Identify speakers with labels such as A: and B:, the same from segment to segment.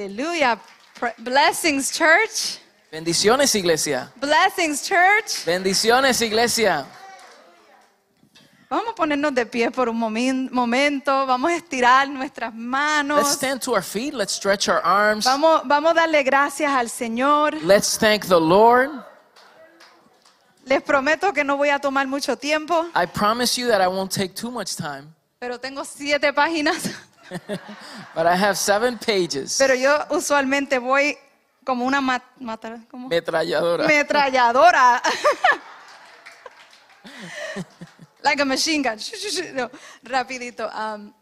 A: Hallelujah. Pr- Blessings, church.
B: Bendiciones, iglesia.
A: Blessings, church.
B: Bendiciones, iglesia.
A: Vamos a ponernos de pie por un momen- momento. Vamos a estirar nuestras
B: Let's
A: manos.
B: stand to our feet. Let's stretch our arms.
A: Vamos, vamos a darle gracias al Señor.
B: Let's thank the Lord.
A: Les prometo que no voy a tomar mucho tiempo,
B: I promise you that I won't take too much time,
A: pero tengo siete páginas.
B: but I have seven pages.
A: Pero yo usualmente voy como una ma- mata- ¿cómo?
B: Metralladora.
A: metralladora. like a machine gun. No, rapidito. Um,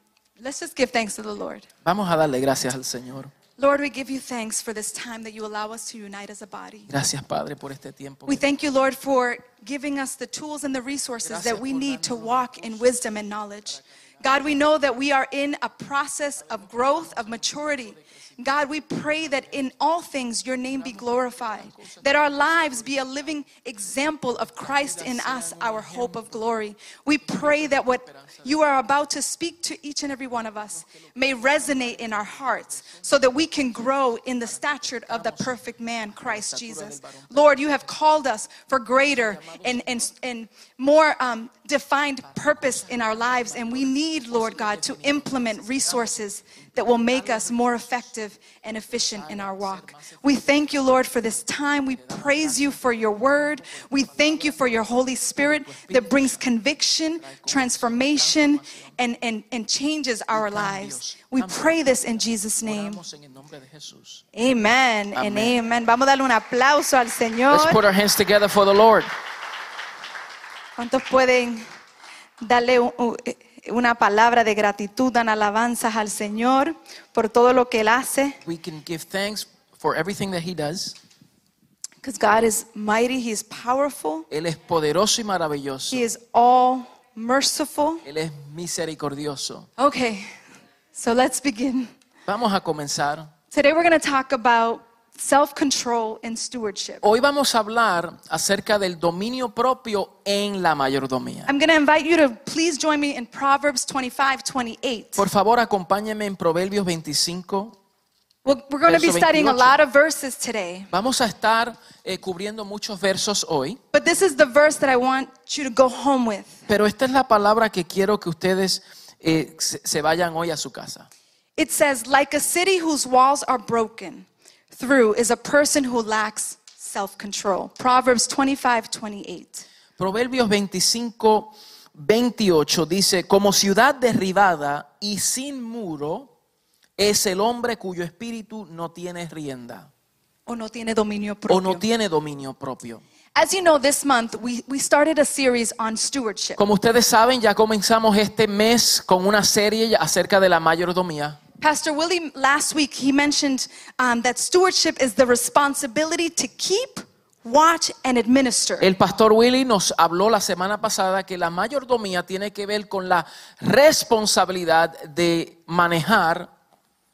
A: let's just give thanks to the Lord.
B: Vamos a darle gracias al Señor.
A: Lord, we give you thanks for this time that you allow us to unite as a body.
B: Gracias, Padre, por este tiempo.
A: We thank you, Lord, for giving us the tools and the resources that we need to walk in wisdom and knowledge. God, we know that we are in a process of growth, of maturity. God, we pray that in all things your name be glorified, that our lives be a living example of Christ in us, our hope of glory. We pray that what you are about to speak to each and every one of us may resonate in our hearts so that we can grow in the stature of the perfect man, Christ Jesus. Lord, you have called us for greater and, and, and more um, defined purpose in our lives. And we need, Lord God, to implement resources that will make us more effective and efficient in our walk. We thank you, Lord, for this time. We praise you for your word. We thank you for your Holy Spirit that brings conviction, transformation, and, and, and changes our lives. We pray this in Jesus' name.
B: Oramos en el nombre de Jesús.
A: Amen and amen. Vamos a darle un aplauso al
B: Let's
A: Señor.
B: put our hands together for the Lord.
A: ¿Cuántos pueden darle u- u- eh, una palabra de gratitud, dan alabanzas al Señor por todo lo que Él hace?
B: We can give thanks for everything that He does.
A: Because God is mighty, He is powerful,
B: Él es poderoso y maravilloso.
A: He is all merciful.
B: Él es misericordioso.
A: Okay, so let's begin.
B: Vamos a comenzar.
A: Today we're going to talk about self control and stewardship.
B: Hoy vamos a hablar acerca del dominio propio en la mayordomía.
A: I'm going to invite you to please join me in Proverbs 25 28.
B: Por favor, acompáñenme en Proverbios 25.
A: We're, we're going to be
B: Verso
A: studying a
B: 28.
A: lot of verses today,
B: Vamos a estar eh, cubriendo muchos versos hoy,
A: but this is the verse that I want you to go home with.
B: pero esta es la palabra que quiero que ustedes eh, se se vayan hoy a su casa.
A: It says, like a city whose walls are broken through is a person who lacks self control. Proverbs 25 28.
B: Proverbios 25, 28 dice, como ciudad derribada y sin muro es el hombre cuyo espíritu no tiene rienda
A: O no tiene dominio
B: o
A: propio.
B: no tiene dominio propio.
A: As you know, this month we, we started a series on stewardship.
B: Como ustedes saben, ya comenzamos este mes con una serie acerca de la mayordomía.
A: Pastor Willie, last week, he mentioned um, that stewardship is the responsibility to keep, watch, and administer.
B: El pastor Willy nos habló la semana pasada que la mayordomía tiene que ver con la responsabilidad de manejar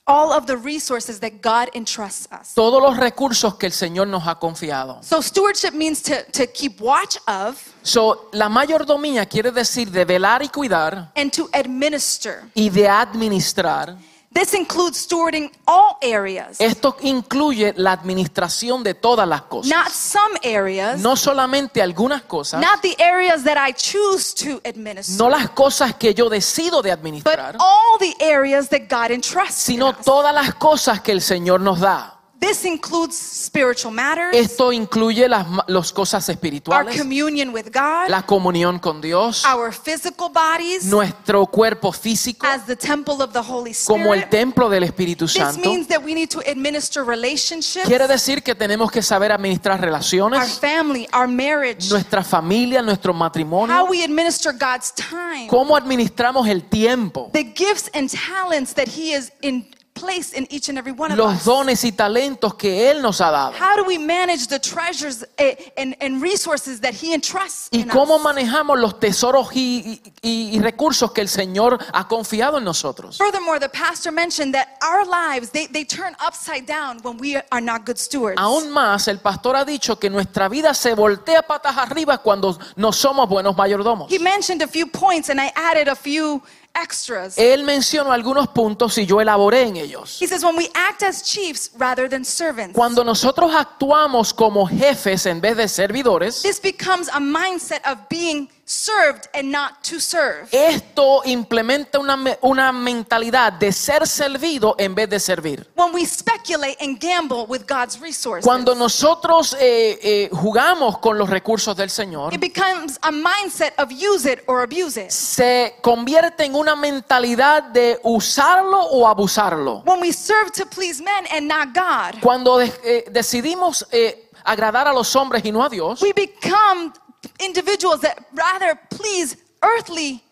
A: all of the resources that God entrusts us.
B: todos los recursos que el Señor nos ha confiado.
A: So stewardship means to, to keep watch of
B: So, la mayordomía quiere decir de velar y cuidar
A: and to administer.
B: y de administrar.
A: This includes stewarding all areas,
B: Esto incluye la administración de todas las cosas,
A: not some areas,
B: no solamente algunas cosas,
A: not the areas that I choose to administer,
B: no las cosas que yo decido de administrar.
A: but all the areas that God entrusts in
B: sino
A: us.
B: todas las cosas que el Señor nos da.
A: This includes spiritual matters,
B: Esto incluye las ma- las cosas
A: our
B: espirituales,
A: communion with God,
B: la comunión con Dios,
A: our physical bodies
B: nuestro cuerpo físico
A: as the temple of the Holy
B: como el
A: Spirit.
B: templo del Espíritu
A: This
B: Santo.
A: means that we need to administer relationships,
B: Quiere decir que tenemos que saber administrar
A: our
B: relaciones,
A: family, our marriage,
B: nuestra familia, nuestro
A: how
B: matrimonio,
A: we administer God's time,
B: cómo administramos el tiempo,
A: the gifts and talents that He has in place in each and every one of
B: los
A: us.
B: dones y talentos que Él nos ha dado
A: How do we manage the treasures eh, and, and resources that He entrusts
B: y
A: in
B: cómo
A: us?
B: manejamos los tesoros y- y- y recursos que el Señor ha confiado en nosotros.
A: Furthermore, the pastor mentioned that our lives they, they turn upside down when we are not good stewards.
B: Aún más, el pastor ha dicho que nuestra vida se voltea patas arriba cuando no somos buenos mayordomos.
A: He mentioned a few points, and I added a few extras.
B: Él mencionó algunos puntos y yo elaboré en ellos.
A: He says, when we act as chiefs rather than servants,
B: Cuando nosotros actuamos como jefes en vez de servidores,
A: this becomes a mindset of being served and not to
B: Eh.
A: serve.
B: esto implementa una, me- una mentalidad de ser servido en vez de servir.
A: When we speculate and gamble with God's resources,
B: Cuando nosotros eh, eh, jugamos con los recursos del Señor,
A: it becomes a mindset of use it or abuse it.
B: se convierte en una mentalidad de usarlo o abusarlo.
A: When we serve to please men and not God,
B: Cuando de- eh, decidimos eh, agradar a los hombres y no a Dios,
A: we become individuals that rather please earthly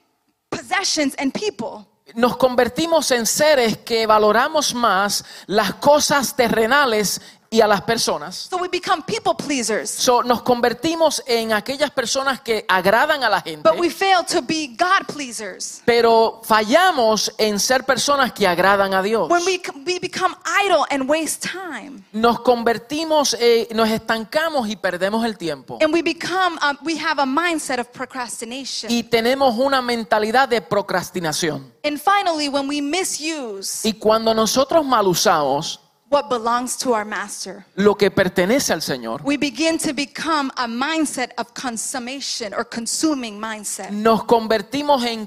A: possessions and people.
B: nos convertimos en seres que valoramos más las cosas terrenales y a las personas.
A: So we become people pleasers,
B: So, nos convertimos en aquellas personas que agradan a la gente,
A: but we fail to be God pleasers.
B: pero fallamos en ser personas que agradan a Dios.
A: When we, we become idle and waste time,
B: Nos convertimos, eh, nos estancamos y perdemos el tiempo.
A: and we become, um, we have a mindset of procrastination.
B: Y tenemos una mentalidad de procrastinación.
A: And finally, when we misuse
B: Y cuando nosotros mal usamos
A: what belongs to our master,
B: lo que pertenece al Señor,
A: we begin to become a mindset of consummation or consuming mindset.
B: nos convertimos en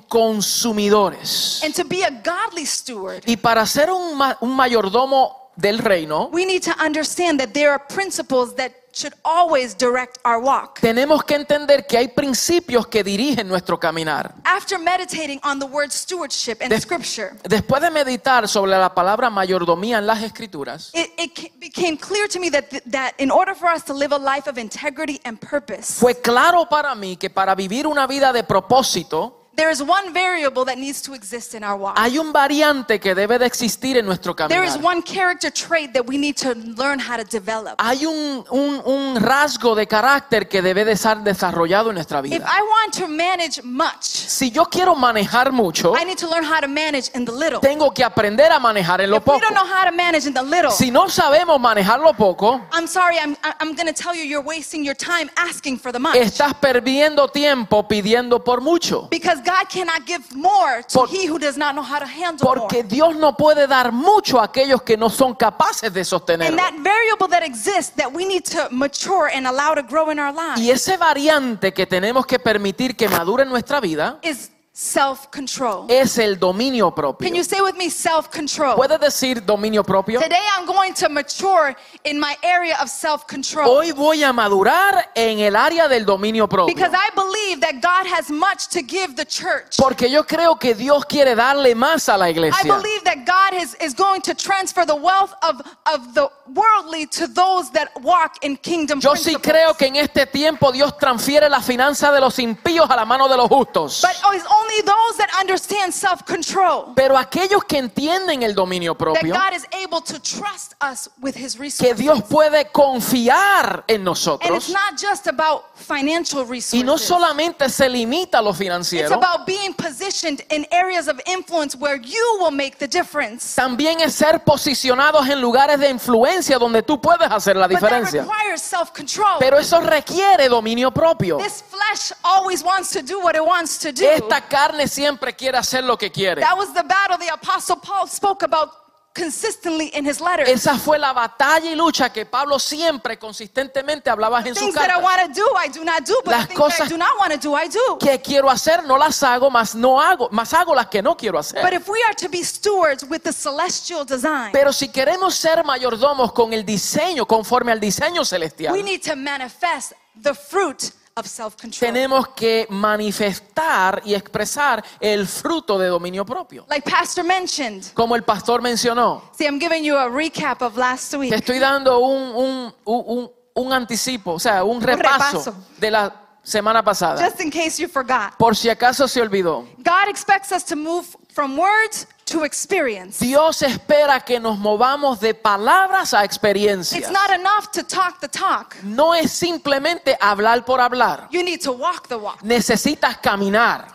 B: consumidores.
A: And to be a godly steward,
B: Y para ser un, ma- un mayordomo del reino,
A: we need to understand that there are principles that should always direct our walk.
B: tenemos que entender que hay principios que dirigen nuestro caminar.
A: After meditating on the word stewardship in
B: Def-
A: scripture,
B: Después de meditar sobre la palabra mayordomía en las escrituras,
A: it, it ca- became clear to me that, th- that in order for us to live a life of integrity and purpose,
B: fue claro para mí que para vivir una vida de propósito,
A: there is one variable that needs to exist in our walk.
B: hay un variante que debe de existir en nuestro
A: There is
B: caminar.
A: one character trait that we need to learn how to develop.
B: Hay un, un- un rasgo de carácter que debe de ser desarrollado en nuestra
A: If
B: vida.
A: I want to manage much,
B: Si yo quiero manejar mucho,
A: I need to learn how to manage in the little.
B: Oh. tengo que aprender a manejar en lo
A: If we
B: poco.
A: don't know how to manage in the little,
B: Si no sabemos manejar lo poco,
A: I'm sorry, I'm, I- I'm going to tell you, you're wasting your time asking for the much.
B: estás perdiendo tiempo pidiendo por mucho.
A: Because God cannot give more to
B: Por-
A: he who does not know how to handle more.
B: Porque Dios no puede dar mucho a aquellos que no son capaces de
A: And
B: sostenerlo.
A: that variable that exists that we need to mature and allow to grow in our lives
B: Y ese variante que tenemos que permitir que madure en nuestra vida
A: is self control.
B: es el dominio propio.
A: Can you say with me self control?
B: ¿Puedes decir dominio propio?
A: Today I'm going to mature in my area of self control.
B: Hoy voy a madurar en el área del dominio propio.
A: Because I believe that God has much to give the church.
B: Porque yo creo que Dios quiere darle más a la
A: I
B: iglesia.
A: believe that God is, is going to transfer the wealth of, of the worldly to those that walk in kingdom
B: Yo sí
A: principles.
B: creo que en este tiempo Dios transfiere la finanza de los impíos a la mano de los justos.
A: But oh, it's only those that understand self-control
B: Pero aquellos que entienden el dominio
A: that
B: propio,
A: God is able to trust us with his
B: que
A: resources.
B: Dios puede confiar en
A: and it's
B: nosotros
A: not just about financial resources.
B: y no solamente se limita a lo
A: it's
B: financiero,
A: about being positioned in areas of influence where you will make the difference.
B: también es ser posicionados en lugares de influencia donde tú puedes hacer la
A: But that
B: diferencia.
A: requires self-control.
B: Pero eso requiere dominio propio.
A: this flesh always wants to do what it wants to do.
B: Esta carne siempre quiere hacer lo que quiere.
A: That was the battle the Apostle Paul spoke about consistently in his letters.
B: Esa fue la batalla y lucha que Pablo siempre consistentemente hablaba en su
A: Things that I
B: carta.
A: want to do, I do not do, but
B: Las
A: things that I
B: cosas-
A: do not want to do, I do.
B: Que quiero hacer, no las hago, más no hago, más hago las que no quiero
A: But
B: hacer.
A: if we are to be stewards with the celestial design,
B: Pero si queremos ser mayordomos con el diseño, conforme al diseño
A: we
B: celestial,
A: need to manifest the fruit of self-control.
B: tenemos que manifestar y expresar el fruto de dominio propio.
A: Like Pastor mentioned,
B: Como el pastor mencionó,
A: see, I'm giving you a recap of last
B: te
A: week.
B: estoy dando un, un- un- un- un anticipo, o sea, un repaso
A: repaso.
B: de la semana pasada.
A: Just in case you forgot,
B: Por si acaso se olvidó.
A: God expects us to move from words to experience.
B: Dios espera que nos movamos de palabras a
A: It's
B: experiencias.
A: not enough to talk the talk.
B: No es simplemente hablar por hablar.
A: You need to walk the walk.
B: Necesitas caminar.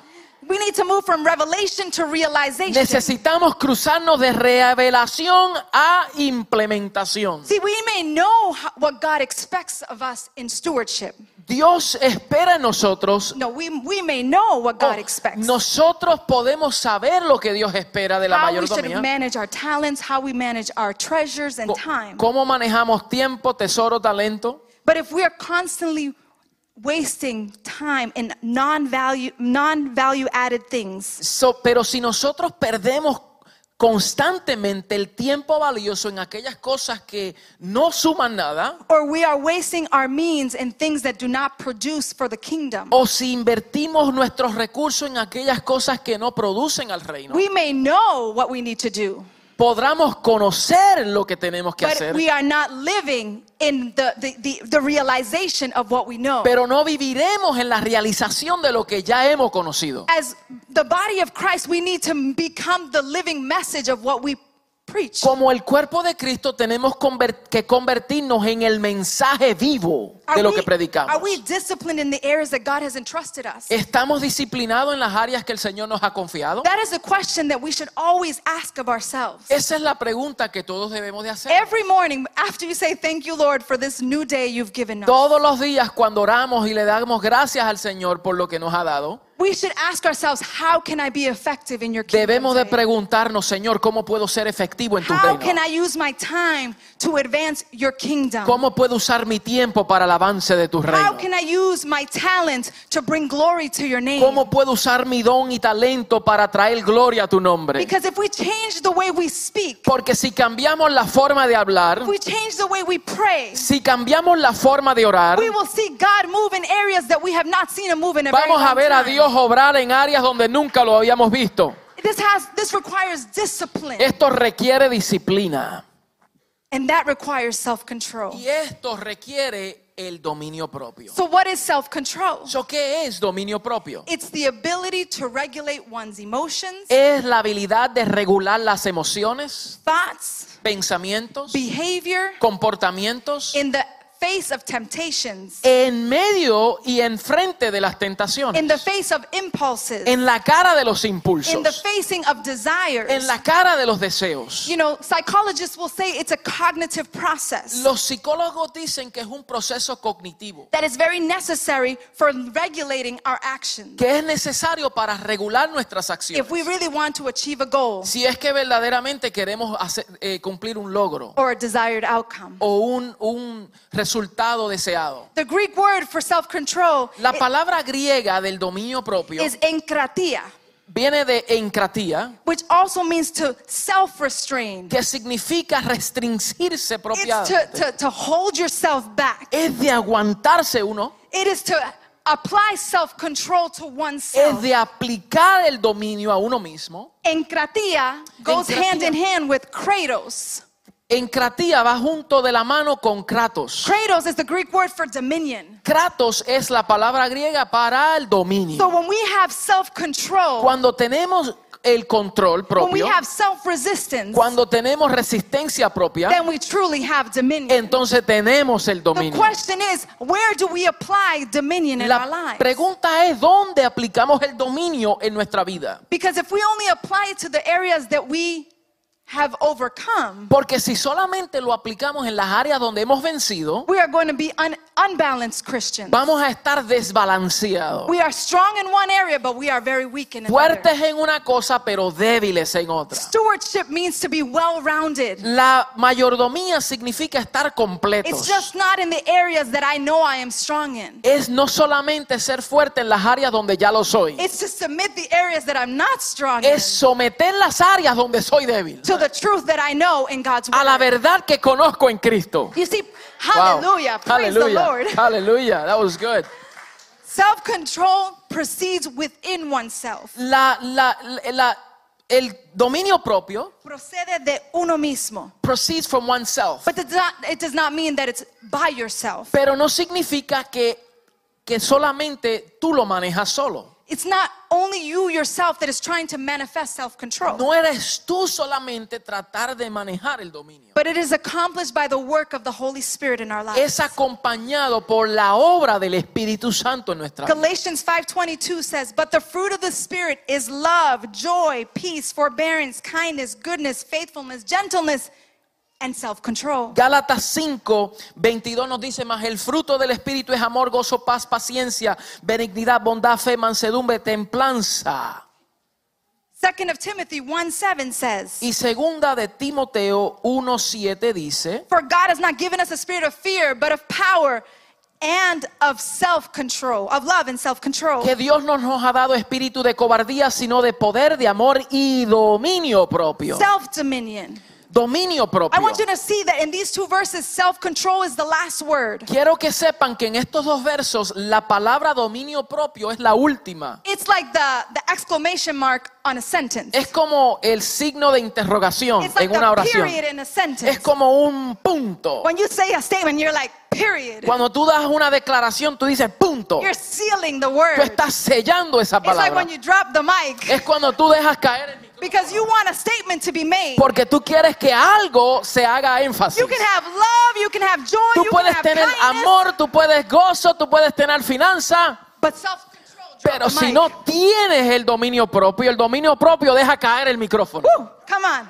A: We need to move from revelation to realization.
B: Necesitamos cruzarnos de revelación a implementación.
A: See, we may know how- what God expects of us in stewardship,
B: Dios espera en nosotros.
A: No, we, we may know what
B: Oh,
A: God expects.
B: Nosotros podemos saber lo que Dios espera de la
A: how we should
B: mayordomía.
A: manage our talents, how we manage our treasures and
B: Co-
A: time.
B: ¿Cómo manejamos tiempo, tesoro, talento?
A: But if we are constantly wasting time in non-value non-value added things,
B: So- pero si nosotros perdemos constantemente el tiempo valioso en aquellas cosas que no suman nada,
A: or we are wasting our means in things that do not produce for the kingdom.
B: o si invertimos nuestros recursos en aquellas cosas que no producen al reino,
A: We may know what we need to do,
B: podremos conocer lo que tenemos que
A: but
B: hacer,
A: we are not living in the, the, the, the realization of what we know.
B: pero no viviremos en la realización de lo que ya hemos conocido.
A: As the body of Christ, we need to become the living message of what we preach.
B: Como el cuerpo de Cristo tenemos conver- que convertirnos en el mensaje vivo de lo que predicamos.
A: are we disciplined in the areas that God has entrusted us?
B: ¿Estamos disciplinados en las áreas que el Señor nos ha confiado?
A: That is a question that we should always ask of ourselves.
B: Esa es la pregunta que todos debemos de hacer.
A: Every morning, after you say, Thank you, Lord, for this new day you've given us,
B: Todos los días cuando oramos y le damos gracias al Señor por lo que nos ha dado,
A: we should ask ourselves, How can I be effective in your kingdom?
B: debemos de
A: today?
B: preguntarnos, Señor, ¿cómo puedo ser efectivo en tu
A: How can
B: reino?
A: I use my time to advance your kingdom?
B: ¿Cómo puedo usar mi tiempo para el avance de tu
A: How
B: reino?
A: can I use my talent to bring glory to your name?
B: ¿Cómo puedo usar mi don y talento para traer gloria a tu nombre?
A: Because if we change the way we speak,
B: Porque si cambiamos la forma de hablar,
A: if we change the way we pray,
B: si cambiamos la forma de orar,
A: we will see God move in areas that we have not seen Him move in a very
B: vamos a
A: long
B: ver a
A: time.
B: Dios obrar en áreas donde nunca lo habíamos visto.
A: This has this requires discipline,
B: Esto requiere disciplina.
A: and that requires self-control.
B: Y esto requiere el dominio propio.
A: So, what is self-control?
B: So, ¿Qué es dominio propio?
A: It's the ability to regulate one's emotions,
B: Es la habilidad de regular las emociones,
A: thoughts,
B: pensamientos,
A: behavior
B: comportamientos
A: in the face of temptations,
B: en medio y en frente de las tentaciones,
A: in the face of impulses,
B: en la cara de los
A: in the
B: impulsos,
A: facing of
B: en
A: desires.
B: la cara de los deseos.
A: You know, psychologists will say it's a cognitive process
B: Los psicólogos dicen que es un proceso cognitivo,
A: that is very necessary for regulating our actions.
B: que es necesario para regular nuestras acciones.
A: If we really want to achieve a goal
B: Si es que verdaderamente queremos hacer- eh, cumplir un logro,
A: or a desired outcome.
B: o un, un resultado deseado.
A: The Greek word for self-control
B: La palabra griega del dominio propio
A: is enkratia,
B: viene de encratía,
A: which also means to self-restrain.
B: que significa restringirse
A: It's to,
B: propiamente.
A: to, to hold yourself back.
B: Es de aguantarse uno,
A: It is to apply self-control to
B: es
A: oneself.
B: de aplicar el dominio a uno mismo.
A: Enkratia goes hand
B: Enkratia.
A: in hand with kratos.
B: Encratía va junto de la mano con Kratos.
A: Kratos is the Greek word for dominion.
B: Kratos es la palabra griega para el
A: So
B: dominio.
A: when we have self-control,
B: Cuando tenemos el control
A: when we
B: propio,
A: have self-resistance,
B: cuando tenemos resistencia propia,
A: then we truly have dominion.
B: entonces tenemos el
A: The
B: dominio.
A: question is, where do we apply dominion in our
B: La
A: lives?
B: pregunta es dónde aplicamos el dominio en nuestra vida.
A: Because if we only apply it to the areas that we have overcome,
B: Porque si solamente lo aplicamos en las áreas donde hemos vencido,
A: we are going to be un- unbalanced Christians.
B: vamos a estar desbalanceados.
A: We are strong in one area, but we are very weak in another.
B: Fuertes en una cosa, pero débiles en otra.
A: Stewardship means to be well-rounded.
B: La mayordomía significa estar
A: It's
B: completos.
A: just not in the areas that I know I am strong in.
B: Es no solamente ser fuerte en las áreas donde ya lo soy,
A: It's to submit the areas that I'm not strong in
B: es someter las áreas donde soy débil
A: to the truth that I know in God's
B: a la
A: word.
B: verdad que conozco en Cristo.
A: You see,
B: Wow.
A: hallelujah, praise the Lord.
B: Hallelujah. Hallelujah. That was good.
A: Self-control proceeds within oneself.
B: la, la, la- el dominio propio
A: Procede de uno mismo.
B: proceeds from oneself,
A: But it does not, it does not mean that it's by yourself.
B: pero no significa que, que solamente tú lo manejas solo.
A: It's not only you yourself that is trying to manifest self-control.
B: No eres tú solamente tratar de manejar el dominio.
A: But it is accomplished by the work of the Holy Spirit in our lives.
B: Es acompañado por la obra del Espíritu Santo en nuestra vida.
A: Galatians 5:22 says, "But the fruit of the spirit is love, joy, peace, forbearance, kindness, goodness, faithfulness, gentleness, and self control.
B: Gálatas 5, 22 nos dice, más el fruto del Espíritu es amor, gozo, paz, paciencia, benignidad, bondad, fe, mansedumbre, templanza.
A: Second of Timothy 1 7 says,
B: Y segunda de Timoteo 1, 7 dice,
A: For God has not given us a spirit of fear, but of power and of self control, of love and self control.
B: que Dios no nos ha dado espíritu de cobardía, sino de poder, de amor y dominio propio.
A: Self dominion.
B: Dominio
A: I
B: propio.
A: want you to see that in these two verses, self control is the last word.
B: Quiero que sepan que en estos dos versos la palabra dominio propio es la última.
A: It's like the, the exclamation mark on a sentence,
B: Es como el signo de interrogación
A: it's like
B: en una
A: the
B: oración.
A: period in a
B: Es
A: sentence.
B: como un punto.
A: When you say a statement, you're like, period.
B: Cuando tú das una declaración, tú dices punto.
A: You're sealing the
B: Tú
A: word.
B: estás sellando esa
A: It's like
B: palabra.
A: when you drop the mic
B: Es cuando tú dejas caer el micrófono.
A: because you want a statement to be made.
B: Porque tú quieres que algo se haga énfasis.
A: You can have love, you can have joy,
B: Tú
A: you can
B: puedes
A: have
B: tener
A: kindness,
B: amor, tú puedes gozo, tú puedes tener finanza.
A: but self-control. drop
B: Pero
A: the
B: si
A: mic.
B: no tienes el dominio propio, el dominio propio deja caer el micrófono.
A: Woo, come on.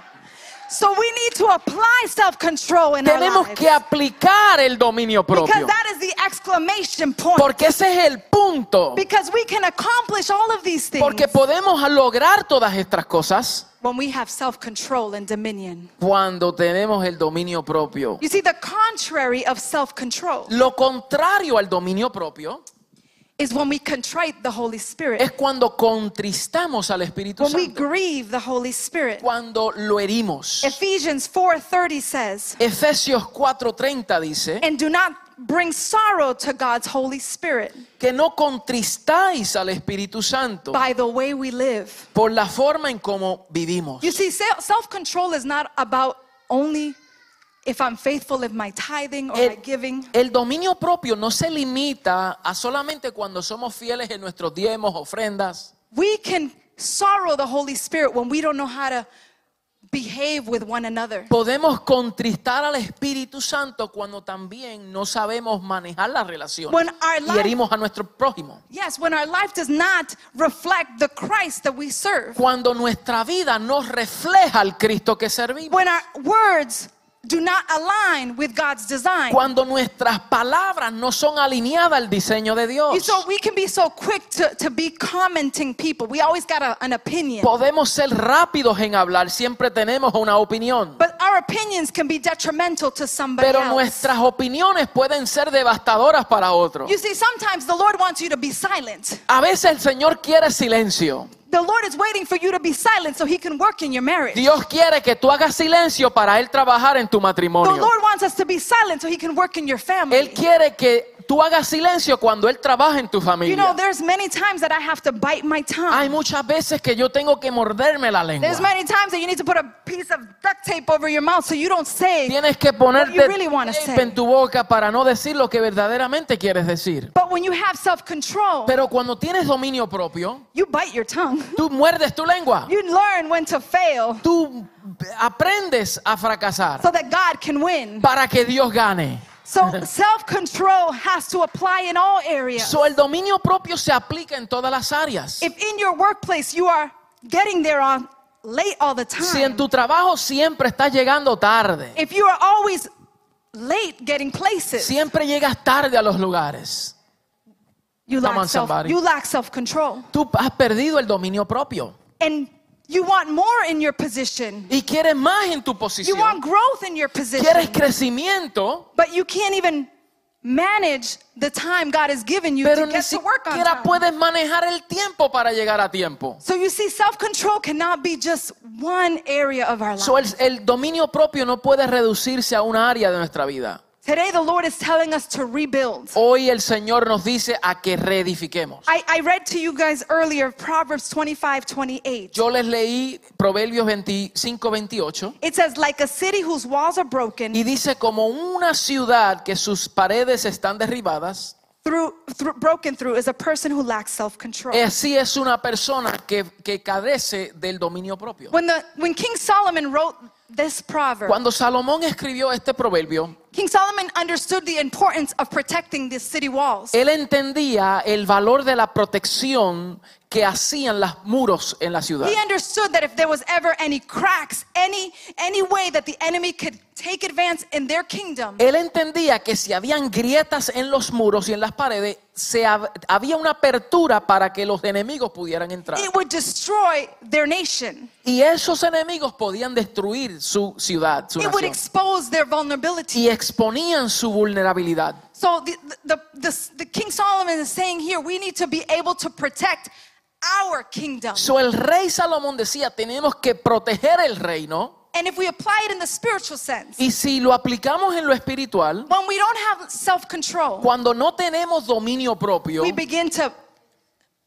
A: So we need to apply self-control in our
B: Tenemos
A: lives
B: que aplicar el dominio propio.
A: because that is the exclamation point.
B: Porque ese es el punto.
A: Because we can accomplish all of these things
B: Porque podemos lograr todas estas cosas
A: when we have self-control and dominion.
B: cuando tenemos el dominio propio.
A: You see, the contrary of self-control
B: Lo contrario al dominio propio
A: is when we contrite the Holy Spirit,
B: es cuando contristamos al Espíritu
A: when we
B: Santo,
A: grieve the Holy Spirit.
B: cuando lo herimos.
A: Ephesians 4:30 says,
B: Efesios 4:30 dice
A: "And do not bring sorrow to God's Holy Spirit
B: que no contristáis al Espíritu Santo
A: by the way we live."
B: por la forma en cómo vivimos.
A: You see, se- self-control is not about only if I'm faithful in my tithing or my
B: El,
A: giving.
B: el dominio propio no se limita a solamente cuando somos fieles en nuestros diezmos, ofrendas.
A: We can sorrow the Holy Spirit when we don't know how to behave with one another.
B: Podemos contristar al Espíritu Santo cuando también no sabemos manejar la relación
A: When our
B: y
A: life-
B: herimos a nuestro prójimo.
A: Yes, when our life does not reflect the Christ that we serve.
B: Cuando nuestra vida no refleja al Cristo que servimos.
A: When our words do not align with God's design.
B: Cuando nuestras palabras no son alineadas al diseño de
A: You-
B: Dios.
A: so we can be so quick to, to be commenting people. We always got a- an opinion.
B: Podemos ser rápidos en hablar, siempre tenemos una opinión.
A: But our opinions can be detrimental to somebody
B: Pero
A: else.
B: nuestras opiniones pueden ser devastadoras para otros.
A: You see, sometimes the Lord wants you to be silent.
B: A veces el Señor quiere silencio.
A: The Lord is waiting for you to be silent so He can work in your marriage.
B: Dios quiere que tú hagas silencio para Él trabajar en tu
A: The
B: matrimonio.
A: Lord wants us to be silent so He can work in your
B: Él
A: family.
B: quiere que tú hagas silencio cuando Él trabaja en tu
A: You know,
B: familia.
A: there's many times that I have to bite my
B: Hay
A: tongue.
B: muchas veces que yo tengo que morderme la
A: There's
B: lengua.
A: many times that you need to put a piece of duct tape over your mouth so you don't say.
B: Tienes que
A: What
B: ponerte
A: you really wanna
B: tape
A: say.
B: en tu boca para no decir lo que verdaderamente quieres decir.
A: But when you have self control,
B: Pero cuando tienes dominio propio,
A: you bite your tongue.
B: tú muerdes tu lengua.
A: You learn when to fail
B: Tú aprendes a fracasar
A: so that God can win.
B: para que Dios gane.
A: So self control has to apply in all areas.
B: So, el dominio propio se aplica en todas las áreas.
A: If in your workplace you are getting there on late all the
B: Si en
A: time,
B: tu trabajo siempre estás llegando tarde,
A: if you are always late getting places,
B: siempre llegas tarde a los lugares,
A: you
B: Come on,
A: lack self
B: somebody.
A: you lack self control,
B: tú has perdido el dominio propio
A: and you want more in your position.
B: y quieres más en tu
A: You want
B: posición,
A: growth in your position,
B: quieres crecimiento,
A: but you can't even manage the time God has given you
B: pero
A: to
B: ni
A: get to work on time.
B: siquiera puedes manejar el tiempo para llegar a tiempo.
A: So you see, self control cannot be just one area of our life.
B: So, el, el dominio propio no puede reducirse a una área de nuestra vida.
A: Today, the Lord is telling us to rebuild.
B: Hoy el Señor nos dice a que reedifiquemos.
A: I, I read to you guys earlier Proverbs 25, 28.
B: Yo les leí Proverbios 25, 28.
A: It says, like a city whose walls are broken,
B: Y dice como una ciudad que sus paredes están derribadas,
A: through, through, broken through is a person who lacks self control.
B: así es una persona que, que carece del dominio propio.
A: When, the, when King Solomon wrote this proverb,
B: Cuando Salomón escribió este proverbio,
A: King Solomon understood the importance of protecting these city walls.
B: él entendía el valor de la protección que hacían los muros en la ciudad.
A: He understood that if there was ever any cracks, any any way that the enemy could take advance in their kingdom,
B: Él entendía que si habían grietas en los muros y en las paredes, se ab- había una apertura para que los enemigos pudieran entrar.
A: it would destroy their nation.
B: Y esos enemigos podían destruir su ciudad, su
A: It would
B: nación.
A: expose their vulnerability.
B: Y exponían su vulnerabilidad.
A: So the, the, the, the, the King Solomon is saying here, we need to be able to protect our kingdom.
B: So, el rey Salomón decía, tenemos que proteger el reino.
A: And if we apply it in the spiritual sense,
B: Y si lo aplicamos en lo espiritual,
A: when we don't have self-control,
B: cuando no tenemos dominio propio,
A: we begin to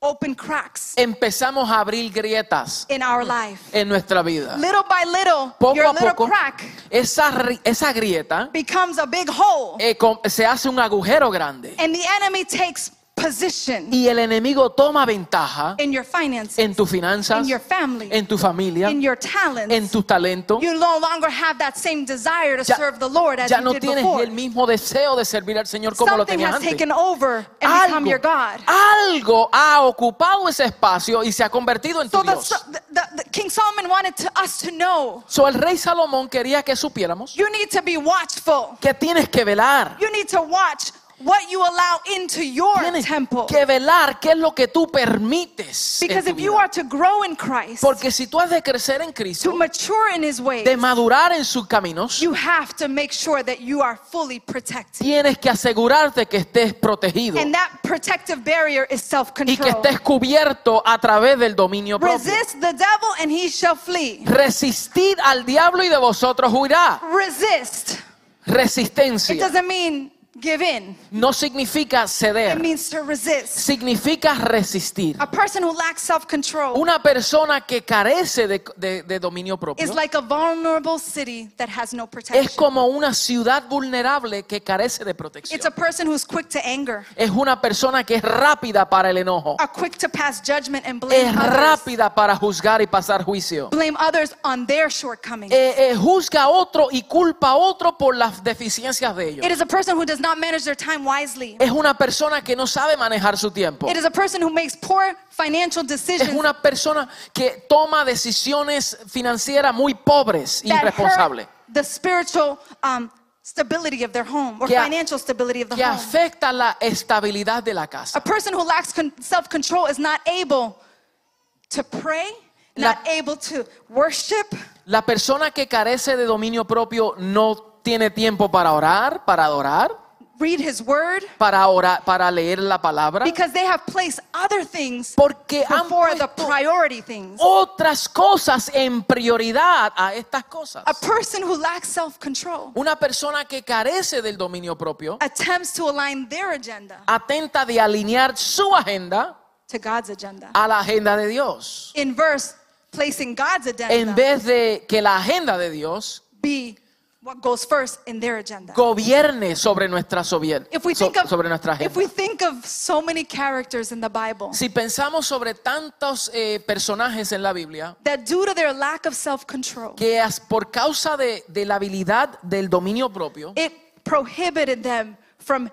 A: open cracks
B: empezamos a abrir grietas
A: in our life.
B: en nuestra vida.
A: Little by little,
B: Mm. Poco
A: your
B: a
A: little
B: poco,
A: crack
B: esa, ri- esa grieta
A: becomes a big hole,
B: eh, com- se hace un agujero grande.
A: and the enemy takes position
B: Y el enemigo toma ventaja
A: in your finances,
B: en tus finanzas,
A: in your family,
B: en tu familia,
A: in your talents.
B: en tus talentos.
A: you no longer have that same desire to
B: Ya-
A: serve the Lord as
B: Ya
A: you
B: no
A: did
B: tienes
A: before.
B: el mismo deseo de servir al Señor como lo
A: Something
B: tenías
A: has
B: antes.
A: taken over and become your God.
B: algo ha ocupado ese espacio y se ha convertido en tu
A: So the,
B: Dios.
A: the, the- King Solomon wanted to, us to know
B: So, el rey Salomón quería que supiéramos
A: you need to be watchful.
B: que tienes que velar.
A: You need to watch what you allow into your
B: Tienes
A: temple.
B: que velar qué es lo que tú permites. en
A: Because
B: tu
A: if you
B: vida.
A: are to grow in Christ,
B: Porque si tú has de crecer en
A: to
B: Cristo,
A: mature in his ways,
B: de madurar en sus caminos,
A: you have to make sure that you are fully protected.
B: tienes que asegurarte que estés protegido
A: And that protective barrier is
B: y que
A: self-control.
B: estés cubierto a través del dominio propio.
A: Resist the devil and he shall flee.
B: Resistid al diablo y de vosotros huirá.
A: Resist. It
B: Resistencia
A: doesn't mean give in.
B: no significa
A: It
B: ceder,
A: means to resist.
B: significa resistir.
A: A person who lacks self-control
B: Una persona que carece de, de- de dominio
A: is
B: propio
A: like a vulnerable city that has no protection.
B: es como una ciudad vulnerable que carece de protección.
A: It's a person who's quick to anger,
B: es una persona que es rápida para el enojo,
A: are quick to pass judgment and blame
B: es
A: others,
B: rápida para juzgar y pasar juicio.
A: blame others on their shortcomings.
B: Eh, eh, juzga a otro y culpa a otro por las deficiencias de ellos.
A: It is a person who does not manage their time wisely.
B: Es una persona que no sabe manejar su tiempo.
A: It is a person who makes poor financial
B: Es
A: decisions
B: una persona que toma decisiones financieras muy pobres y
A: that
B: irresponsables,
A: hurt the spiritual um, stability of their home or
B: Que a-
A: financial stability of the
B: que
A: home.
B: afecta la estabilidad de la casa.
A: A person who lacks con- self-control is not able to pray,
B: La-
A: not able to worship.
B: La persona que carece de dominio propio no tiene tiempo para orar, para adorar,
A: read his word
B: para orar, para leer la palabra,
A: because they have placed other things
B: porque han
A: before the
B: puesto
A: priority things.
B: otras cosas en prioridad a estas cosas.
A: A person who lacks self control
B: Una persona que carece del dominio propio
A: attempts to align their agenda
B: atenta de alinear su agenda
A: to God's agenda.
B: a la agenda de Dios,
A: In verse, placing God's
B: en
A: agenda
B: vez de que la agenda de Dios
A: be what goes first in their agenda.
B: gobierne sobre nuestra sobier-
A: If we
B: so-
A: think of,
B: sobre nuestra
A: if
B: agenda.
A: we think of so many characters in the Bible
B: Si pensamos sobre tantos eh, personajes en la Biblia,
A: that due to their lack of self control,
B: que as- por causa de, de la habilidad del dominio propio,
A: it prohibited them from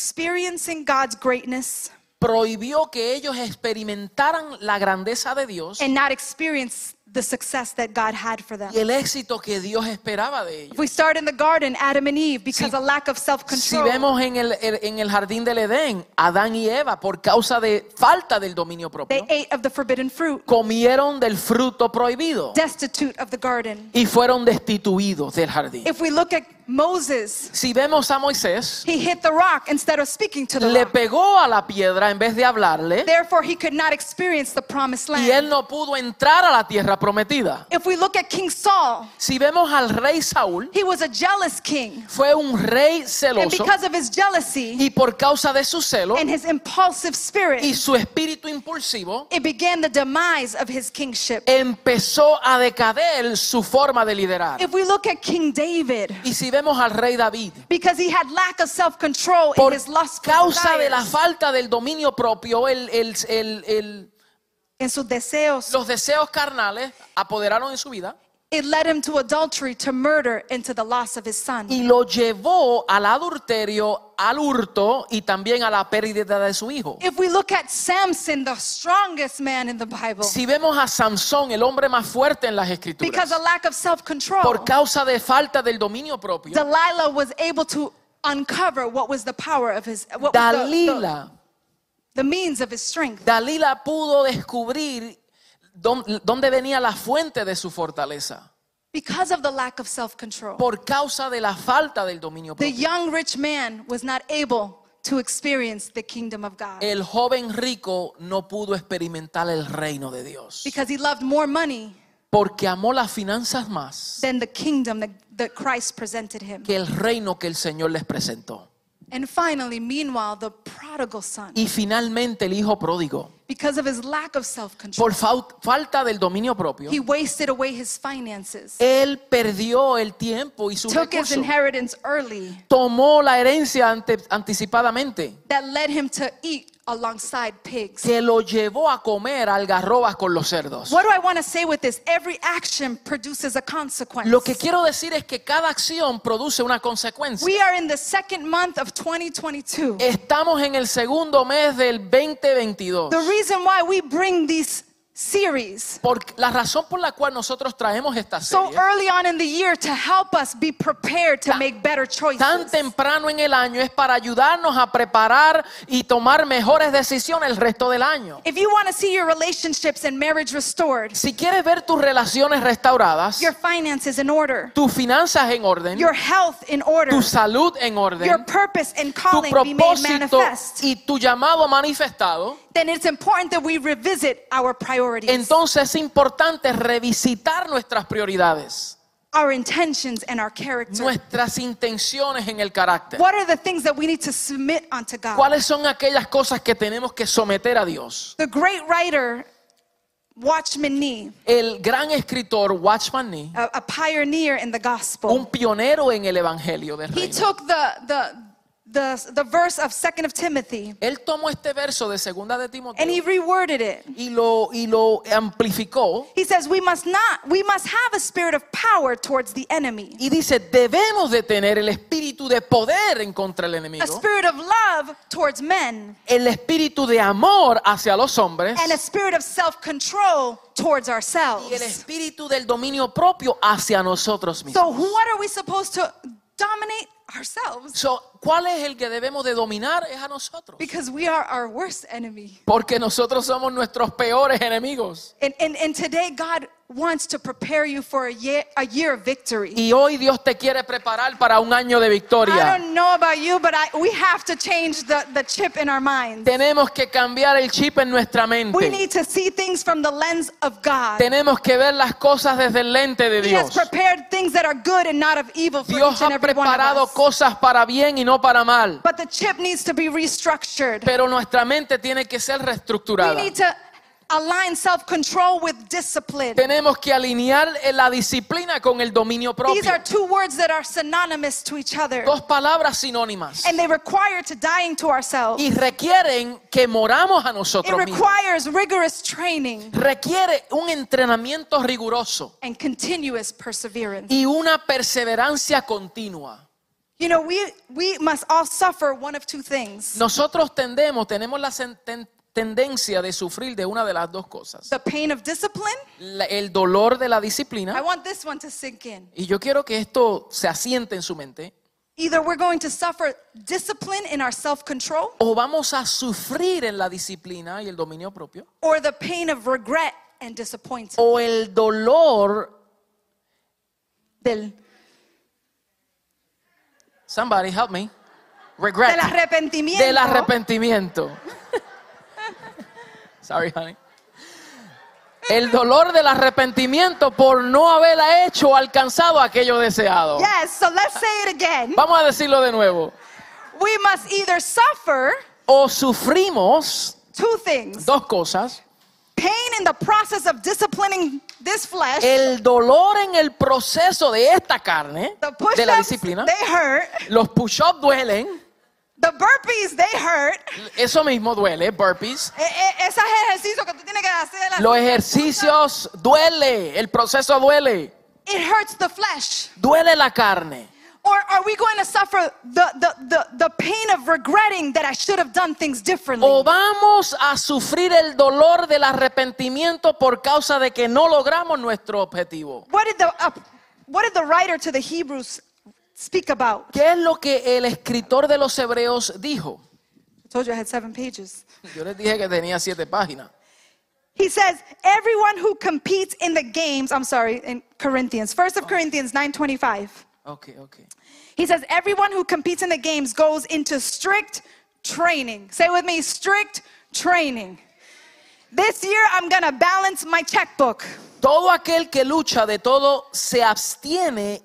A: experiencing God's greatness
B: prohibió que ellos experimentaran la grandeza de Dios
A: and not experience the success that God had for them.
B: y el éxito que Dios esperaba de ellos.
A: If we start in the garden, Adam and Eve, because
B: Si-
A: of lack of self
B: Si
A: control,
B: vemos en el, en el jardín del Edén, Adán y Eva, por causa de falta del dominio
A: they
B: propio,
A: ate of the forbidden fruit,
B: comieron del fruto prohibido
A: destitute of the garden.
B: y fueron destituidos del jardín.
A: If we look at Moses,
B: Si vemos a Moisés,
A: he hit the rock instead of speaking to the
B: le
A: rock.
B: pegó a la piedra en vez de hablarle
A: Therefore, he could not experience the promised
B: y él
A: land.
B: no pudo entrar a la tierra prometida.
A: If we look at King Saul,
B: Si vemos al rey Saúl,
A: he was a jealous king.
B: fue un rey
A: And
B: celoso
A: because of his jealousy
B: y por causa de su celo
A: and his impulsive
B: y
A: spirit,
B: su espíritu impulsivo
A: it began the demise of his kingship.
B: empezó a decader su forma de liderar.
A: If we look at King David,
B: Y si vemos al rey David,
A: because he had lack of self-control in
B: por
A: his lust
B: causa de la falta del dominio propio, el- el- el- el-
A: en sus deseos
B: los deseos carnales apoderaron en su vida
A: It led him to adultery, to murder, and to the loss of his son.
B: y lo llevó al adulterio, al hurto y también a la pérdida de su hijo.
A: If we look at Samson, the strongest man in the Bible,
B: Si vemos a Sansón, el hombre más fuerte en las escrituras,
A: because of lack of self
B: por
A: control,
B: causa de falta del dominio propio,
A: Delilah was able to uncover what was the power of his, what was the- the,
B: Dalila,
A: the means of his strength.
B: Dalila pudo descubrir dón- dónde venía la fuente de su fortaleza,
A: Because of the lack of self control,
B: por causa de la falta del dominio
A: the
B: propio.
A: young rich man was not able to experience the kingdom of God
B: El joven rico no pudo experimentar el reino de Dios,
A: because he loved more money
B: porque amó las finanzas más
A: than the kingdom that, that Christ presented him.
B: que el reino que el Señor les presentó.
A: And finally, meanwhile, the prodigal son,
B: Y finalmente el hijo pródigo,
A: because of his lack of self control,
B: por fau- falta del dominio propio,
A: he wasted away his finances,
B: él perdió el tiempo y sus
A: took his
B: recursos.
A: inheritance early,
B: Tomó la herencia ante- anticipadamente,
A: that led him to eat alongside pigs.
B: que lo llevó a comer algarrobas con los cerdos.
A: What do I want to say with this? Every action produces a consequence.
B: Lo que quiero decir es que cada acción produce una consecuencia.
A: We are in the second month of 2022.
B: Estamos en el segundo mes del 2022.
A: The reason why we bring these series
B: Por, la razón por la cual nosotros traemos esta
A: so
B: serie
A: early on in the year to help us be prepared to make better
B: tan
A: choices.
B: temprano en el año es para ayudarnos a preparar y tomar mejores decisiones el resto del año.
A: If you want to see your relationships and marriage restored,
B: Si quieres ver tus relaciones restauradas,
A: your finances in order,
B: tus finanzas en orden,
A: your health in order,
B: tu salud en
A: your
B: orden,
A: purpose and
B: tu
A: calling be made
B: propósito
A: manifest,
B: y tu llamado manifestado,
A: then it's important that we revisit our priorities,
B: entonces es importante revisitar nuestras prioridades,
A: our intentions, and our character.
B: nuestras intenciones en el carácter.
A: What are the things that we need to submit unto God?
B: ¿Cuáles son aquellas cosas que tenemos que someter a Dios?
A: The great writer, Watchman Nee,
B: El gran escritor Watchman Nee,
A: a, a pioneer in the gospel,
B: un pionero en el evangelio del
A: he
B: reino.
A: took the, the, the, the verse of 2nd of Timothy
B: Él tomó este verso de segunda de Timoteo
A: and he reworded it.
B: y lo y lo amplificó
A: He says, we must not, we must have a spirit of power towards the enemy,
B: y dice, "Debemos de tener el espíritu de poder en contra del
A: a
B: enemigo."
A: spirit of love towards men,
B: el espíritu de amor hacia los hombres
A: and a spirit of self control towards
B: y el
A: ourselves.
B: espíritu del dominio propio hacia nosotros mismos.
A: So, what are we supposed to dominate ourselves?
B: So, ¿Cuál es el que debemos de dominar? Es a nosotros.
A: Because we are our worst enemy.
B: Porque nosotros somos nuestros peores enemigos.
A: And, and, and today, God wants to prepare you for a year, a year of victory.
B: Y hoy Dios te quiere preparar para un año de
A: I
B: victoria.
A: don't know about you, but I, we have to change the, the chip in our mind.
B: Tenemos que cambiar el chip en nuestra
A: We
B: mente.
A: need to see things from the lens of God.
B: Tenemos que ver las cosas desde el lente de
A: He has
B: Dios.
A: prepared things that are good and not of evil for
B: Dios
A: each and
B: ha
A: every one of
B: preparado
A: us.
B: cosas para bien y no para mal.
A: But the chip needs to be restructured.
B: Pero nuestra mente tiene que ser
A: We
B: reestructurada.
A: need to align self control with discipline.
B: Tenemos que alinear la disciplina con el dominio
A: These
B: propio.
A: are two words that are synonymous to each other,
B: Dos palabras sinónimas.
A: and they require to dying to ourselves.
B: Y requieren que moramos a
A: It
B: nosotros mismos.
A: requires rigorous training
B: Requiere un entrenamiento riguroso
A: and continuous perseverance.
B: y una perseverancia continua.
A: You know, we, we must all suffer one of two things
B: Nosotros tendemos, tenemos la sen- ten- tendencia de sufrir de una de las dos cosas.
A: the pain of discipline.
B: La- el dolor de la
A: I
B: disciplina.
A: want this one to sink in.
B: Y yo quiero que esto se asiente en su mente.
A: Either we're going to suffer discipline in our self control
B: O vamos a sufrir en la disciplina y el dominio propio.
A: or the pain of regret and disappointment.
B: O el dolor
A: Del,
B: Somebody help me.
A: del
B: Regret.
A: arrepentimiento.
B: Del arrepentimiento. Sorry, honey. El dolor del arrepentimiento por no haberla hecho o alcanzado aquello deseado.
A: Yes, so let's say it again.
B: Vamos a decirlo de nuevo.
A: We must either suffer
B: O sufrimos
A: two things
B: dos cosas.
A: pain in the process of disciplining this flesh.
B: El dolor en el proceso de esta carne,
A: The
B: de la
A: push-ups,
B: disciplina.
A: they hurt.
B: Los push-ups duelen.
A: The burpees, they hurt.
B: Eso mismo duele, burpees.
A: E- e- esos ejercicios que tú tienes que hacer.
B: Los ejercicios duele. El proceso duele.
A: It hurts the flesh.
B: Duele la carne.
A: Or are we going to suffer the, the, the, the pain of regretting that I should have done things differently?
B: O vamos a sufrir el dolor del arrepentimiento por causa de que no logramos nuestro objetivo.
A: What did the, uh, what did the writer to the Hebrews speak about?
B: ¿Qué es lo que el escritor de los Hebreos dijo?
A: I told you I had seven pages.
B: Yo les dije que tenía siete páginas.
A: He says, everyone who competes in the games, I'm sorry, in Corinthians, 1st
B: Oh.
A: of Corinthians 9.25.
B: Ok, ok.
A: He says, everyone who competes in the games goes into strict training. Say with me, strict training. This year I'm going to balance my checkbook.
B: Todo aquel que lucha de todo se abstiene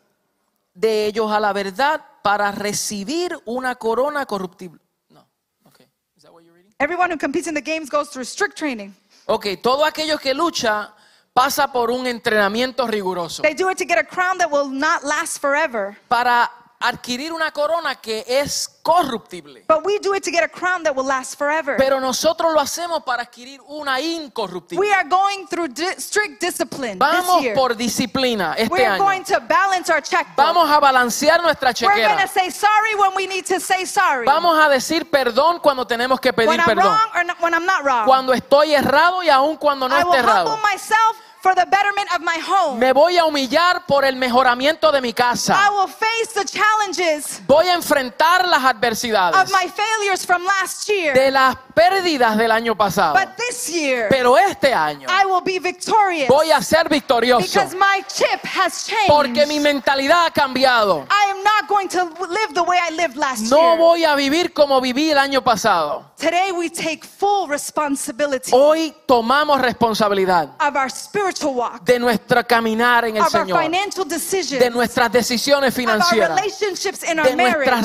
B: de ellos a la verdad para recibir una corona corruptible. No, ok. Is that what you're reading?
A: Everyone who competes in the games goes through strict training.
B: Ok, todo aquello que lucha pasa por un entrenamiento riguroso
A: They do it to get a crown that will not last forever.
B: para adquirir una corona que es corruptible.
A: But we do it to get a crown that will last forever.
B: Pero nosotros lo hacemos para adquirir una incorruptible.
A: We are going through di- strict discipline this
B: Vamos
A: year.
B: por disciplina
A: We
B: este
A: are going
B: año.
A: to balance our checkbook.
B: Vamos a balancear nuestra
A: We're going to
B: chequera.
A: say sorry when we need to say sorry.
B: Vamos a decir perdón cuando tenemos que
A: when
B: pedir
A: I'm
B: perdón.
A: wrong or not, when I'm not wrong.
B: Cuando estoy errado y aún cuando no
A: I will
B: esté errado.
A: humble myself for the betterment of my home.
B: Me voy a humillar por el mejoramiento de mi
A: I
B: casa.
A: will face the challenges
B: Voy a enfrentar las
A: of
B: adversidades
A: my failures from last year.
B: de las pérdidas del año pasado.
A: but this year,
B: Pero este año
A: I will be victorious
B: voy a ser victorioso
A: because my chip has changed.
B: porque mi mentalidad ha cambiado.
A: I am not going to live the way I lived last
B: No
A: year.
B: voy a vivir como viví el año pasado.
A: Today we take full responsibility
B: Hoy tomamos responsabilidad
A: of our spiritual walk,
B: de nuestro caminar en el
A: of our
B: Señor,
A: financial decisions,
B: de nuestras decisiones
A: of our
B: financieras,
A: relationships in
B: de
A: our marriage, in
B: nuestras
A: our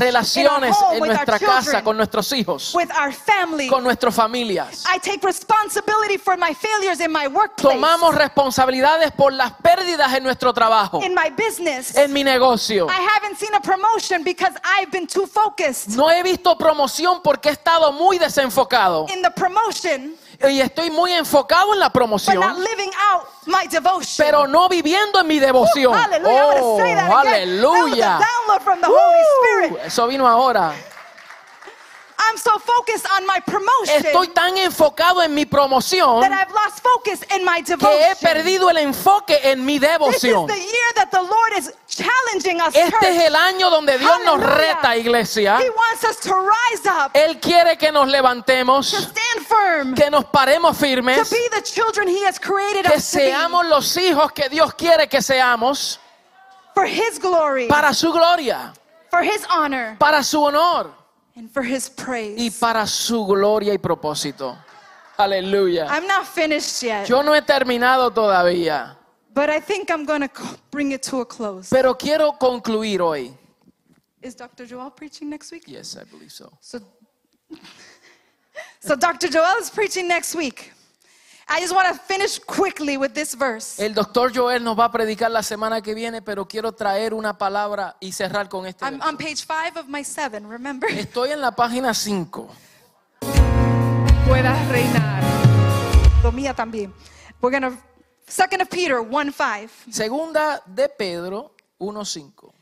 B: relaciones
A: home,
B: en
A: with
B: nuestra
A: our
B: casa,
A: children,
B: con nuestros hijos,
A: with our family.
B: con nuestras familias.
A: I take responsibility for my failures in my workplace,
B: Tomamos responsabilidades por las pérdidas en nuestro trabajo,
A: in my business.
B: en mi negocio.
A: I haven't seen a promotion because I've been too focused
B: No he visto promoción porque he estado muy desenfocado
A: in the promotion,
B: y estoy muy enfocado en la
A: but not
B: promoción,
A: living out my devotion.
B: pero no viviendo en mi devoción.
A: Hallelujah. I'm gonna
B: Oh,
A: say that again. That was a
B: aleluya.
A: download from the Holy
B: Uh,
A: Spirit.
B: Eso vino ahora.
A: I'm so focused on my promotion
B: Estoy tan enfocado en mi promoción
A: that I've lost focus in my
B: que he
A: devotion.
B: perdido el enfoque en mi
A: This is
B: devoción.
A: the year that the Lord is challenging us,
B: Este es
A: church.
B: el año donde Dios nos
A: Hallelujah.
B: reta, iglesia.
A: He wants us to rise up,
B: Él quiere que nos levantemos.
A: to stand firm,
B: que nos paremos
A: to
B: firmes,
A: be the children He has created
B: que
A: us to be
B: seamos los hijos que Dios quiere que seamos
A: for His glory,
B: para su gloria,
A: for His honor,
B: para su honor
A: and for His
B: y
A: praise.
B: para su gloria y propósito. Aleluya.
A: I'm not finished yet,
B: Yo no he terminado todavía,
A: but I think I'm going to bring it to a close.
B: pero quiero concluir hoy.
A: Is Dr. Joel preaching next week?
B: Yes, I believe so.
A: So, so Dr. Joel is preaching next week. I just want to finish quickly with this verse.
B: El doctor Joel nos va a predicar la semana que viene, pero quiero traer una palabra y cerrar con este.
A: I'm
B: verso.
A: on page five of my seven, remember?
B: Estoy en la página 5.
A: Puedas reinar. Lo mía también. We're going to, second of Peter 1 5.
B: Segunda de Pedro 1.5.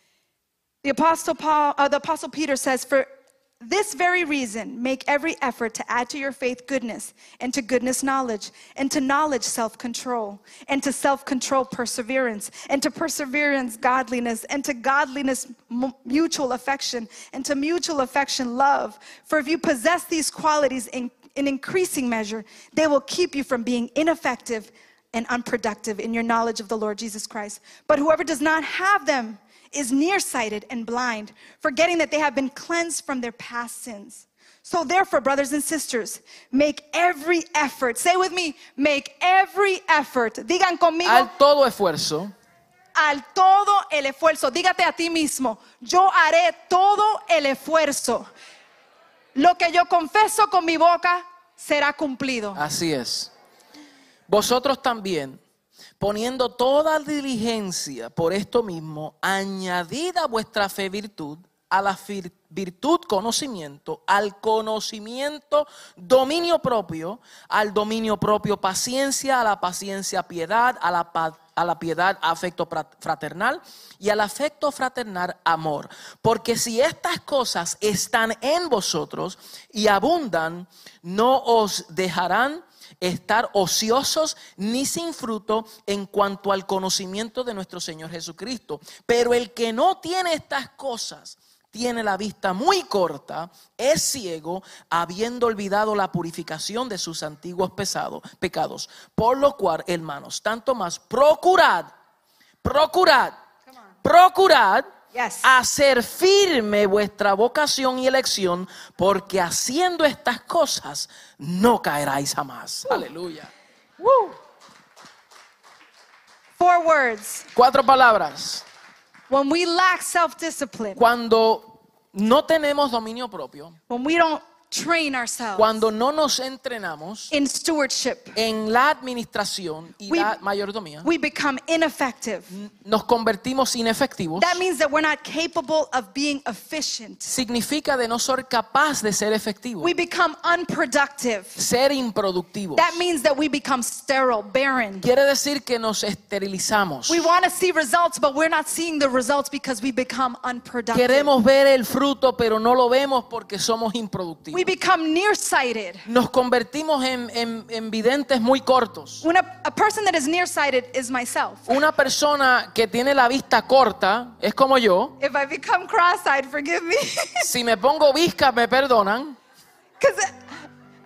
A: The Apostle, Paul, uh, the Apostle Peter says, For this very reason, make every effort to add to your faith goodness, and to goodness, knowledge, and to knowledge, self control, and to self control, perseverance, and to perseverance, godliness, and to godliness, m- mutual affection, and to mutual affection, love. For if you possess these qualities in, in increasing measure, they will keep you from being ineffective and unproductive in your knowledge of the Lord Jesus Christ. But whoever does not have them, is nearsighted and blind, forgetting that they have been cleansed from their past sins. So, therefore, brothers and sisters, make every effort. Say with me, make every effort. Digan conmigo,
B: Al todo esfuerzo.
A: al todo el esfuerzo. Dígate a ti mismo, yo haré todo el esfuerzo. Lo que yo confeso con mi boca será cumplido.
B: Así es. Vosotros también, poniendo toda diligencia por esto mismo, añadid a vuestra fe virtud, a la fir- virtud conocimiento, al conocimiento dominio propio, al dominio propio paciencia, a la paciencia piedad, a la pa- a la piedad, afecto fraternal y al afecto fraternal, amor. Porque si estas cosas están en vosotros y abundan, no os dejarán estar ociosos ni sin fruto en cuanto al conocimiento de nuestro Señor Jesucristo. Pero el que no tiene estas cosas tiene la vista muy corta, es ciego, habiendo olvidado la purificación de sus antiguos pesado, pecados. Por lo cual, hermanos, tanto más, procurad, procurad, procurad
C: Yes.
B: hacer firme vuestra vocación y elección, porque haciendo estas cosas no caeráis jamás. Aleluya.
C: Four words.
B: Cuatro palabras.
C: When we lack self discipline,
B: Cuando no tenemos dominio propio,
A: When we don't train ourselves
B: cuando no nos entrenamos
A: in stewardship,
B: en la administración y
A: We-
B: la mayordomía,
A: we become ineffective.
B: nos convertimos inefectivos.
A: That means that we're not capable of being efficient.
B: Significa de no ser capaz de ser efectivo,
A: We become unproductive.
B: ser improductivos.
A: That means that we become sterile, barren.
B: Quiere decir que nos esterilizamos.
A: We want to see results, but we're not seeing the results because we become unproductive.
B: Queremos ver el fruto, pero no lo vemos porque somos
A: We
B: improductivos.
A: become nearsighted.
B: Nos convertimos en, en- en videntes muy cortos.
A: When a, a person that is nearsighted is myself.
B: Una persona que tiene la vista corta, es como yo,
A: If I become cross-eyed, forgive me,
B: si me pongo visca me perdonan,
A: because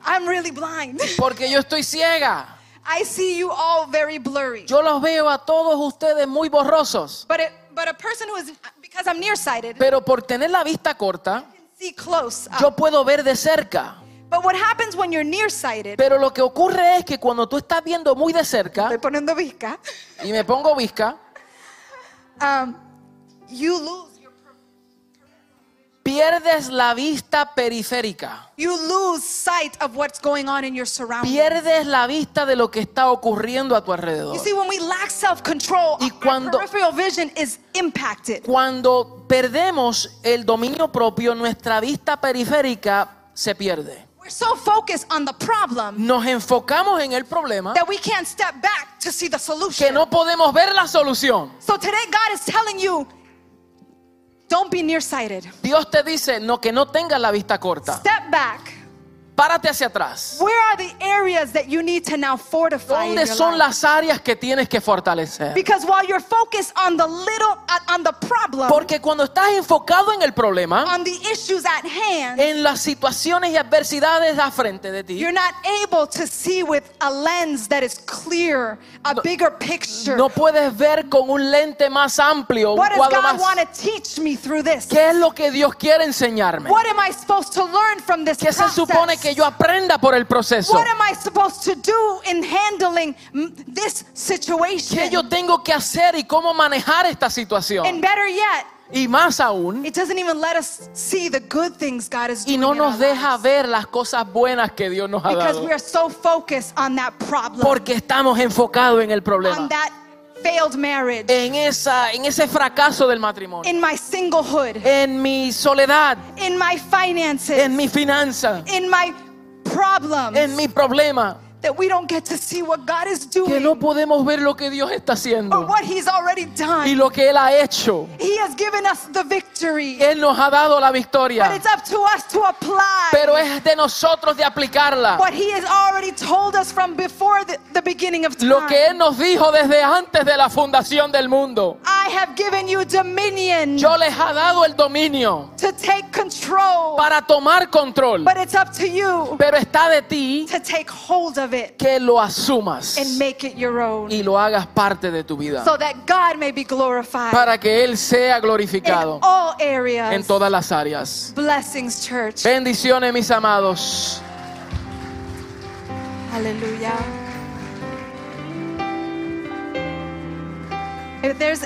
A: I'm really blind.
B: porque yo estoy ciega.
A: I see you all very blurry.
B: Yo los veo a todos ustedes muy borrosos,
A: But it, but a person who is because I'm nearsighted
B: pero por tener la vista corta,
A: can see close. up.
B: yo puedo ver de cerca.
A: But what happens when you're nearsighted?
B: Pero lo que ocurre es que cuando tú estás viendo muy de cerca
A: Estoy poniendo visca.
B: y me pongo visca,
A: Um, you lose your,
B: pierdes la vista periférica.
A: you lose sight of what's going on in your surroundings.
B: pierdes la vista de lo que está ocurriendo a tu
A: You
B: alrededor.
A: see, when we lack self-control,
B: Y cuando-
A: our peripheral vision is impacted.
B: Cuando perdemos el dominio propio, nuestra vista periférica se pierde.
A: We're so focused on the problem
B: Nos enfocamos en el problema
A: that we can't step back to see the
B: que
A: solution.
B: no podemos ver la solución.
A: So today, God is telling you, don't be nearsighted.
B: Dios te dice no que no tengas la vista corta.
A: Step back.
B: Párate hacia atrás.
A: Where are the areas that you need to now fortify? in
B: ¿Dónde
A: your
B: son
A: life?
B: las áreas que tienes que fortalecer?
A: Because while you're focused on the little, on- on the problem,
B: Porque cuando estás enfocado en el problema,
A: on the issues at hand,
B: en las situaciones y adversidades a frente de ti,
A: you're not able to see with a lens that is clear, a bigger picture.
B: no puedes ver con un lente más amplio, un
A: what does
B: cuadro
A: God
B: más.
A: want to teach me through this?
B: ¿Qué es lo que Dios quiere enseñarme?
A: What am I supposed to learn from this
B: ¿Qué se
A: process?
B: supone que yo aprenda por el proceso?
A: What am I supposed to do in handling mm, this
B: ¿Qué
A: situation?
B: yo tengo que hacer y cómo manejar esta
A: And
B: situación?
A: better yet,
B: Y más aún,
A: it doesn't even let us see the good things God is doing.
B: y no
A: in our
B: nos deja
A: lives.
B: ver las cosas buenas que Dios nos ha
A: Because
B: dado.
A: we are so focused on that problem,
B: Porque estamos enfocados en el
A: on
B: problema,
A: that failed marriage,
B: en, esa, en ese fracaso del matrimonio,
A: in my singlehood,
B: en mi soledad,
A: in my finances,
B: en mi finanza,
A: in my problems,
B: en mi problema.
A: that we don't get to see what God is
B: Que
A: doing
B: no podemos ver lo que Dios está
A: or
B: haciendo
A: what He's already done.
B: y lo que Él ha hecho.
A: he has given us the victory,
B: Él nos ha dado la
A: but
B: victoria.
A: it's up to us to apply
B: pero es de nosotros de aplicarla.
A: what He has already told us from before the, the beginning of time.
B: Lo que Él nos dijo desde antes de la fundación del mundo.
A: I have given you dominion
B: Yo les ha dado el dominio
A: to take control,
B: para tomar control,
A: but it's up to you
B: pero está de ti
A: to take hold of it.
B: que lo asumas
A: and make it your own
B: y lo hagas parte de tu vida
A: so that God may be glorified
B: para que Él sea
A: in
B: glorificado
A: all areas.
B: en todas las áreas.
A: Blessings, church.
B: Bendiciones, mis amados.
A: Hallelujah. If there's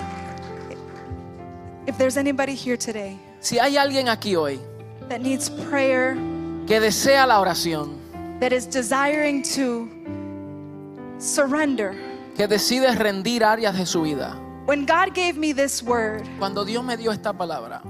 A: if there's anybody here today
B: Si hay alguien aquí hoy
A: that needs prayer,
B: que desea la oración,
A: that is desiring to surrender.
B: que decide rendir áreas de su vida,
A: When God gave me this word,
B: cuando Dios me dio esta palabra,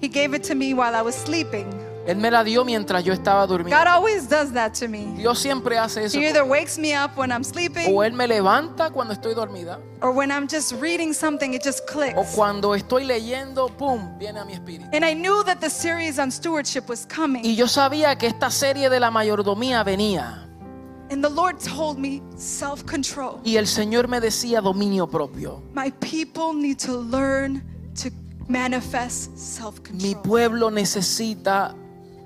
A: He gave it to me while I was sleeping.
B: Él me la dio mientras yo estaba durmiendo.
C: God always does that to me.
B: Dios siempre hace eso.
A: He either wakes me up when I'm
B: O
A: sleeping
B: Él me levanta cuando estoy dormida.
A: or when I'm just reading something, it just
B: O
A: clicks.
B: cuando estoy leyendo, ¡pum!, viene a mi espíritu.
A: And I knew that the series on stewardship was coming.
B: Y yo sabía que esta serie de la mayordomía venía.
A: And the Lord told me self control.
B: Y el Señor me decía dominio propio.
A: My people need to learn to manifest self
B: Mi
A: control.
B: pueblo necesita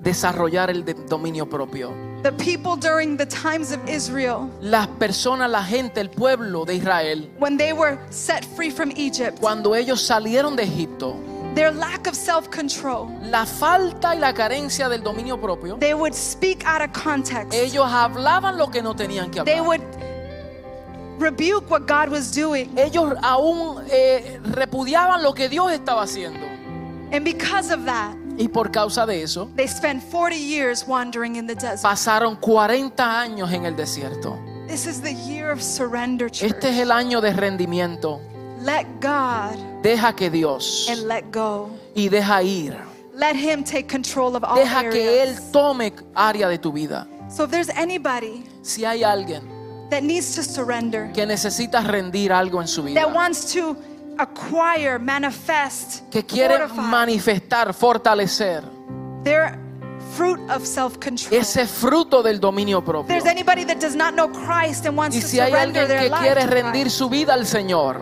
B: desarrollar el de- dominio propio.
A: The people during the times of Israel,
B: Las personas, la gente, el pueblo de Israel,
A: when they were set free from Egypt,
B: cuando ellos salieron de Egipto,
A: their lack of self control,
B: la falta y la carencia del dominio propio,
A: they would speak out of context.
B: ellos hablaban lo que no tenían que
A: They
B: hablar.
A: would rebuke what God was doing.
B: Ellos aún eh, repudiaban lo que Dios estaba haciendo.
A: And because of that,
B: Y por causa de eso,
A: they spent 40 years wandering in the desert.
B: pasaron 40 años en el desierto.
A: This is the year of surrender, church.
B: Este es el año de rendimiento.
A: Let God
B: Deja que Dios
A: and let go.
B: y deja ir.
A: Let Him take control of all
B: Deja que Él
A: areas.
B: tome área de tu vida.
A: So if there's anybody
B: Si hay alguien
A: that needs to surrender,
B: que necesita rendir algo en su vida,
A: that wants to acquire, manifest,
B: que quiere
A: fortify
B: manifestar, fortalecer
A: their fruit of self-control. If
B: ese fruto del dominio propio.
A: there's anybody that does not know Christ and wants
B: Y
A: to
B: si hay
A: surrender
B: alguien
A: their
B: que
A: life,
B: quiere
A: to
B: rendir
A: Christ,
B: su vida al Señor,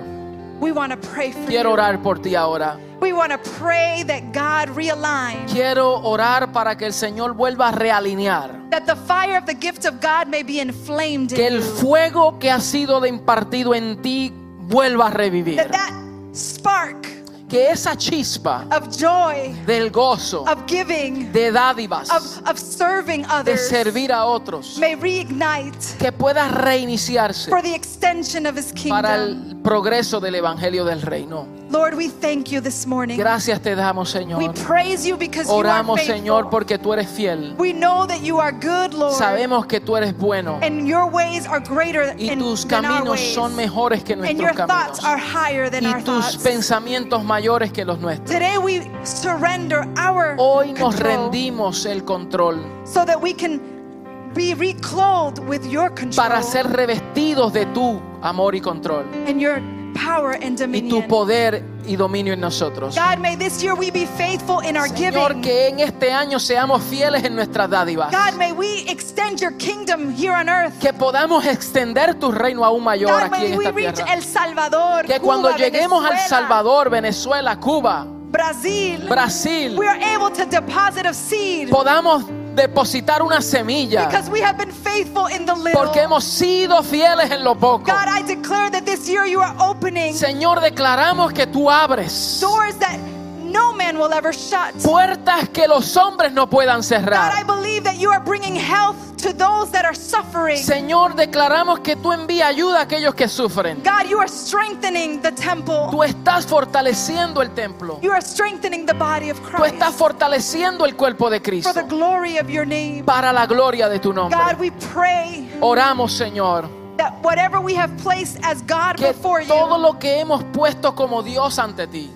A: we want to pray for
B: quiero
A: you.
B: orar por ti ahora.
A: We want to pray that God realign,
B: Quiero orar para que el Señor vuelva a realinear.
A: that the fire of the gift of God may be inflamed
B: Que
A: in
B: el
A: you,
B: fuego que ha sido de impartido en ti vuelva a revivir.
A: that that spark
B: Que esa chispa
A: of joy,
B: del gozo,
A: of giving,
B: de dádivas,
A: of, of serving
B: de
A: others
B: servir a otros,
A: may reignite
B: que pueda reiniciarse
A: for the extension of His
B: para
A: kingdom.
B: el progreso del Evangelio del Reino.
A: Lord, we thank you this morning.
B: Gracias te damos,
A: We
B: Señor.
A: praise you because you are
B: Oramos, Señor,
A: faithful.
B: porque tú eres fiel.
A: We know that you are good, Lord,
B: Sabemos que tú eres bueno
A: and your ways are greater
B: y
A: and-
B: tus
A: than our
B: caminos
A: ways,
B: son mejores que
A: and your
B: nuestros
A: thoughts are
B: caminos
A: higher than our
B: y tus
A: thoughts.
B: pensamientos mayores que los nuestros.
A: Today we surrender our
B: Hoy nos
A: control
B: rendimos el control
A: so that we can be reclothed with your control
B: para ser revestidos de tu amor y control
A: and your power and
B: y tu
A: dominion.
B: poder y dominio en nosotros.
A: God, may this year we be faithful in our
B: Señor,
A: giving.
B: que en este año seamos fieles en nuestras dádivas.
A: God, may we extend your kingdom here on earth.
B: Que podamos extender tu reino aún mayor
A: God,
B: aquí
A: may
B: en
A: we
B: esta
A: reach
B: tierra.
A: El Salvador, Cuba,
B: Que cuando lleguemos al
A: Venezuela,
B: Salvador, Venezuela, Cuba,
A: Brasil,
B: Brasil,
A: we are able to deposit a seed
B: podamos depositar una semilla
A: because we have been faithful in the little.
B: porque hemos sido fieles en lo poco.
A: God, I declare that this year you are opening
B: Señor, declaramos que tú abres
A: doors that no man will ever shut.
B: puertas que los hombres no puedan
A: God, I
B: cerrar.
A: believe that you are bringing health to those that are suffering.
B: Señor, declaramos que tú envías ayuda a aquellos que sufren.
A: God, you are strengthening the temple.
B: Tú estás fortaleciendo el templo.
A: You are strengthening the body of
B: Tú estás
A: Christ
B: fortaleciendo el cuerpo de
A: for
B: Cristo
A: the glory of your name.
B: para la gloria de tu nombre.
A: God, we pray
B: Oramos, Señor,
A: that whatever we have placed as God
B: que
A: before
B: todo
A: you,
B: lo que hemos puesto como Dios ante ti,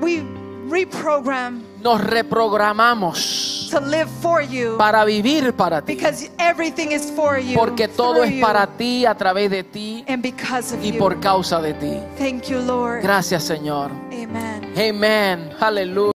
A: we reprogram
B: nos reprogramamos
A: to live for you
B: para vivir para ti.
A: because everything is for you.
B: Porque todo
A: through
B: es para ti, a través de ti
A: you, and because of
B: y
A: you.
B: por causa de ti.
A: Thank you, Lord.
B: Gracias, Señor.
A: Amen.
B: Amén. Aleluya.